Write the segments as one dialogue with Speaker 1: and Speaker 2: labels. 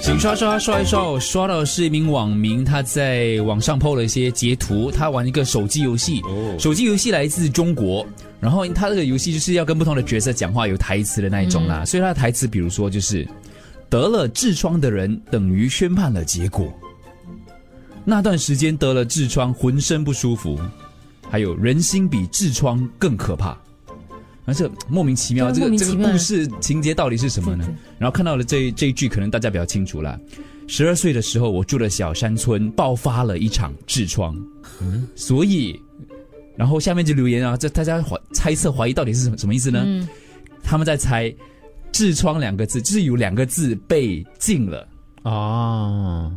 Speaker 1: 请刷刷刷一刷，我刷到的是一名网民，他在网上 PO 了一些截图，他玩一个手机游戏，
Speaker 2: 哦
Speaker 1: 手机游戏来自中国，然后他这个游戏就是要跟不同的角色讲话，有台词的那一种啦，所以他的台词比如说就是得了痔疮的人等于宣判了结果，那段时间得了痔疮浑身不舒服，还有人心比痔疮更可怕。而且莫名其妙，这
Speaker 3: 对莫
Speaker 1: 个
Speaker 3: 名
Speaker 1: 这
Speaker 3: 其
Speaker 1: 个
Speaker 3: 妙
Speaker 1: 故事情节到底是什么呢
Speaker 3: 对对？
Speaker 1: 然后看到了这这一句，可能大家比较清楚啦。十二岁的时候，我住的小山村爆发了一场痔疮，所以，然后下面就留言啊，这大家怀猜测怀疑到底是什么什么意思呢？
Speaker 3: 嗯，
Speaker 1: 他们在猜“痔疮”两个字，就是有两个字被禁了。
Speaker 2: 哦，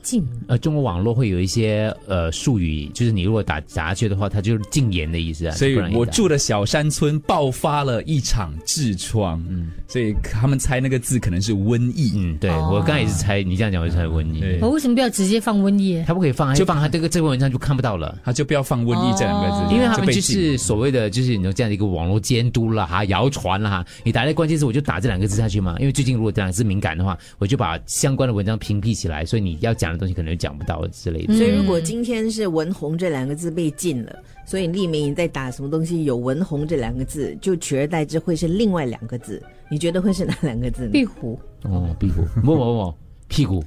Speaker 3: 禁
Speaker 2: 呃，中国网络会有一些呃术语，就是你如果打打下去的话，它就是禁言的意思啊。
Speaker 1: 所以
Speaker 2: 就不让你
Speaker 1: 我
Speaker 2: 打
Speaker 1: 住的小山村爆发了一场痔疮，嗯，所以他们猜那个字可能是瘟疫，
Speaker 2: 嗯，对
Speaker 3: 哦
Speaker 2: 我刚才也是猜你这样讲，我就猜瘟疫
Speaker 1: 对。
Speaker 3: 我为什么不要直接放瘟疫？
Speaker 2: 他不可以放，就放他这个这篇文章就看不到了。
Speaker 1: 他就不要放瘟疫这两个字，
Speaker 3: 哦
Speaker 2: 因为他们
Speaker 1: 被
Speaker 2: 就
Speaker 1: 禁
Speaker 2: 是所谓的，就是你有这样的一个网络监督啦哈，谣传啦哈，你打那关键字我就打这两个字下去嘛。因为最近如果这两个字敏感的话，我就把相关的文章屏蔽起来，所以你要讲的东西可能就讲不到之类的。
Speaker 4: 所以，如果今天是“文红”这两个字被禁了，所以立明你在打什么东西有“文红”这两个字，就取而代之会是另外两个字。你觉得会是哪两个 字呢？
Speaker 3: 壁虎，
Speaker 2: 哦，屁股，某某某屁股，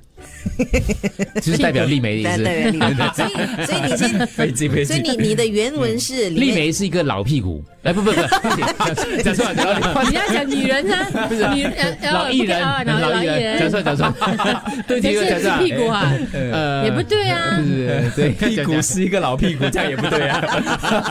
Speaker 2: 就是代表丽梅的意
Speaker 4: 代代
Speaker 2: 思。
Speaker 4: 表立明，所以，所以你 先，
Speaker 1: 被禁 被
Speaker 4: 所以
Speaker 1: 禁。
Speaker 4: 你你的原文是里
Speaker 2: 丽
Speaker 4: 面
Speaker 2: 梅是一个老屁股，哎，不不不，对不起讲讲错了，讲错了。
Speaker 3: 你要讲女人啊，不是女人，呃
Speaker 2: 老艺人，
Speaker 3: 不可以啊老
Speaker 2: 老艺人，讲
Speaker 3: 人，
Speaker 2: 错讲错，对不
Speaker 3: 谁
Speaker 2: 起，
Speaker 3: 是
Speaker 2: 讲错
Speaker 3: 是
Speaker 2: 了
Speaker 3: 屁股啊？
Speaker 2: 呃
Speaker 3: 也不对啊
Speaker 2: 是对，
Speaker 1: 屁股是一个老屁股，这 样也不对啊。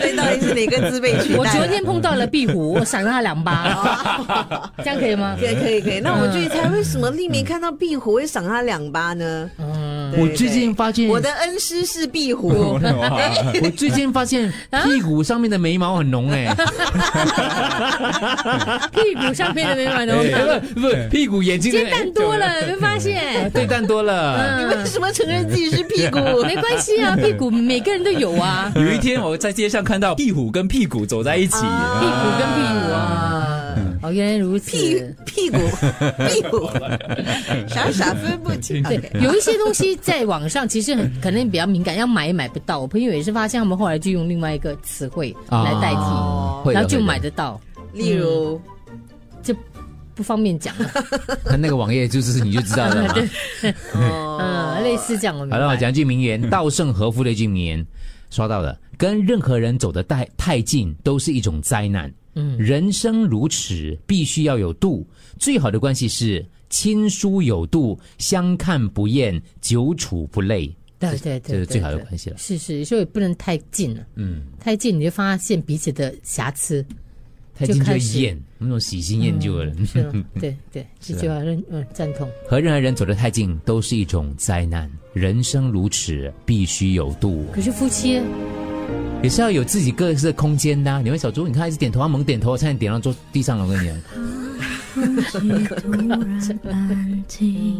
Speaker 4: 所以到底是哪个字被取代了？
Speaker 3: 我 昨天碰到了壁虎，我赏了他两巴，这样可以吗？
Speaker 4: 可以可以可以，那我就猜为什么丽梅看到壁虎会赏他两巴呢？
Speaker 3: 嗯，
Speaker 4: 对
Speaker 2: 我最 近发现
Speaker 4: 对我的恩师是壁虎，
Speaker 2: 我最近发现屁股上面的眉毛很浓哎、
Speaker 3: 屁股上面的没毛浓，啊
Speaker 2: 哎不不，屁股眼睛的哎
Speaker 3: 煎蛋多了，没发现？
Speaker 2: 对蛋多了。
Speaker 4: 你为
Speaker 3: 嗯，
Speaker 4: 什么承认自己是 屁股？
Speaker 3: 没关系啊，屁股每个人都有啊，
Speaker 1: 有一天我在街上看到屁股跟屁股走在一起，
Speaker 3: 屁股跟屁股
Speaker 4: 呃
Speaker 3: 啊，哦，原来如此。
Speaker 4: 屁屁股屁股，傻傻分不清。
Speaker 3: 对
Speaker 4: OK，，
Speaker 3: 有一些东西在网上其实很可能比较敏感，要买也买不到。我朋友也是发现，他们后来就用另外一个词汇来代替，
Speaker 2: 哦会的
Speaker 3: 然后就
Speaker 2: 会的
Speaker 3: 买得到，
Speaker 4: 例如
Speaker 3: 不方便讲。
Speaker 2: 看那个网页就是你就知道了嘛。
Speaker 4: 哦，
Speaker 3: 嗯，类似这样，我明
Speaker 2: 好了，我
Speaker 3: 白。
Speaker 2: 讲一句名 言，稻盛和夫的一句名言，刷到了：跟任何人走得太太近都是一种灾难。嗯，人生如此，必须要有度。最好的关系是亲疏有度，相看不厌，久处不累，
Speaker 3: 对对对，
Speaker 2: 这
Speaker 3: 对
Speaker 2: 是最好的
Speaker 3: 对
Speaker 2: 关系了。
Speaker 3: 是是，所以不能太近了。嗯，太近你就发现彼此的瑕疵，
Speaker 2: 太近就
Speaker 3: 就开始嗯
Speaker 2: 厌，那种喜新厌旧的人。啊
Speaker 3: 是吗？对对，这句话认嗯赞同。
Speaker 2: 和任何人走得太近都是一种灾难。人生如此，必须有度，
Speaker 3: 可是夫妻
Speaker 2: 也是要有自己各自的空间的啊、你们小猪，你看一直点头，他猛点头，啊差点点到桌地上了。我跟你讲，
Speaker 5: 突然安静，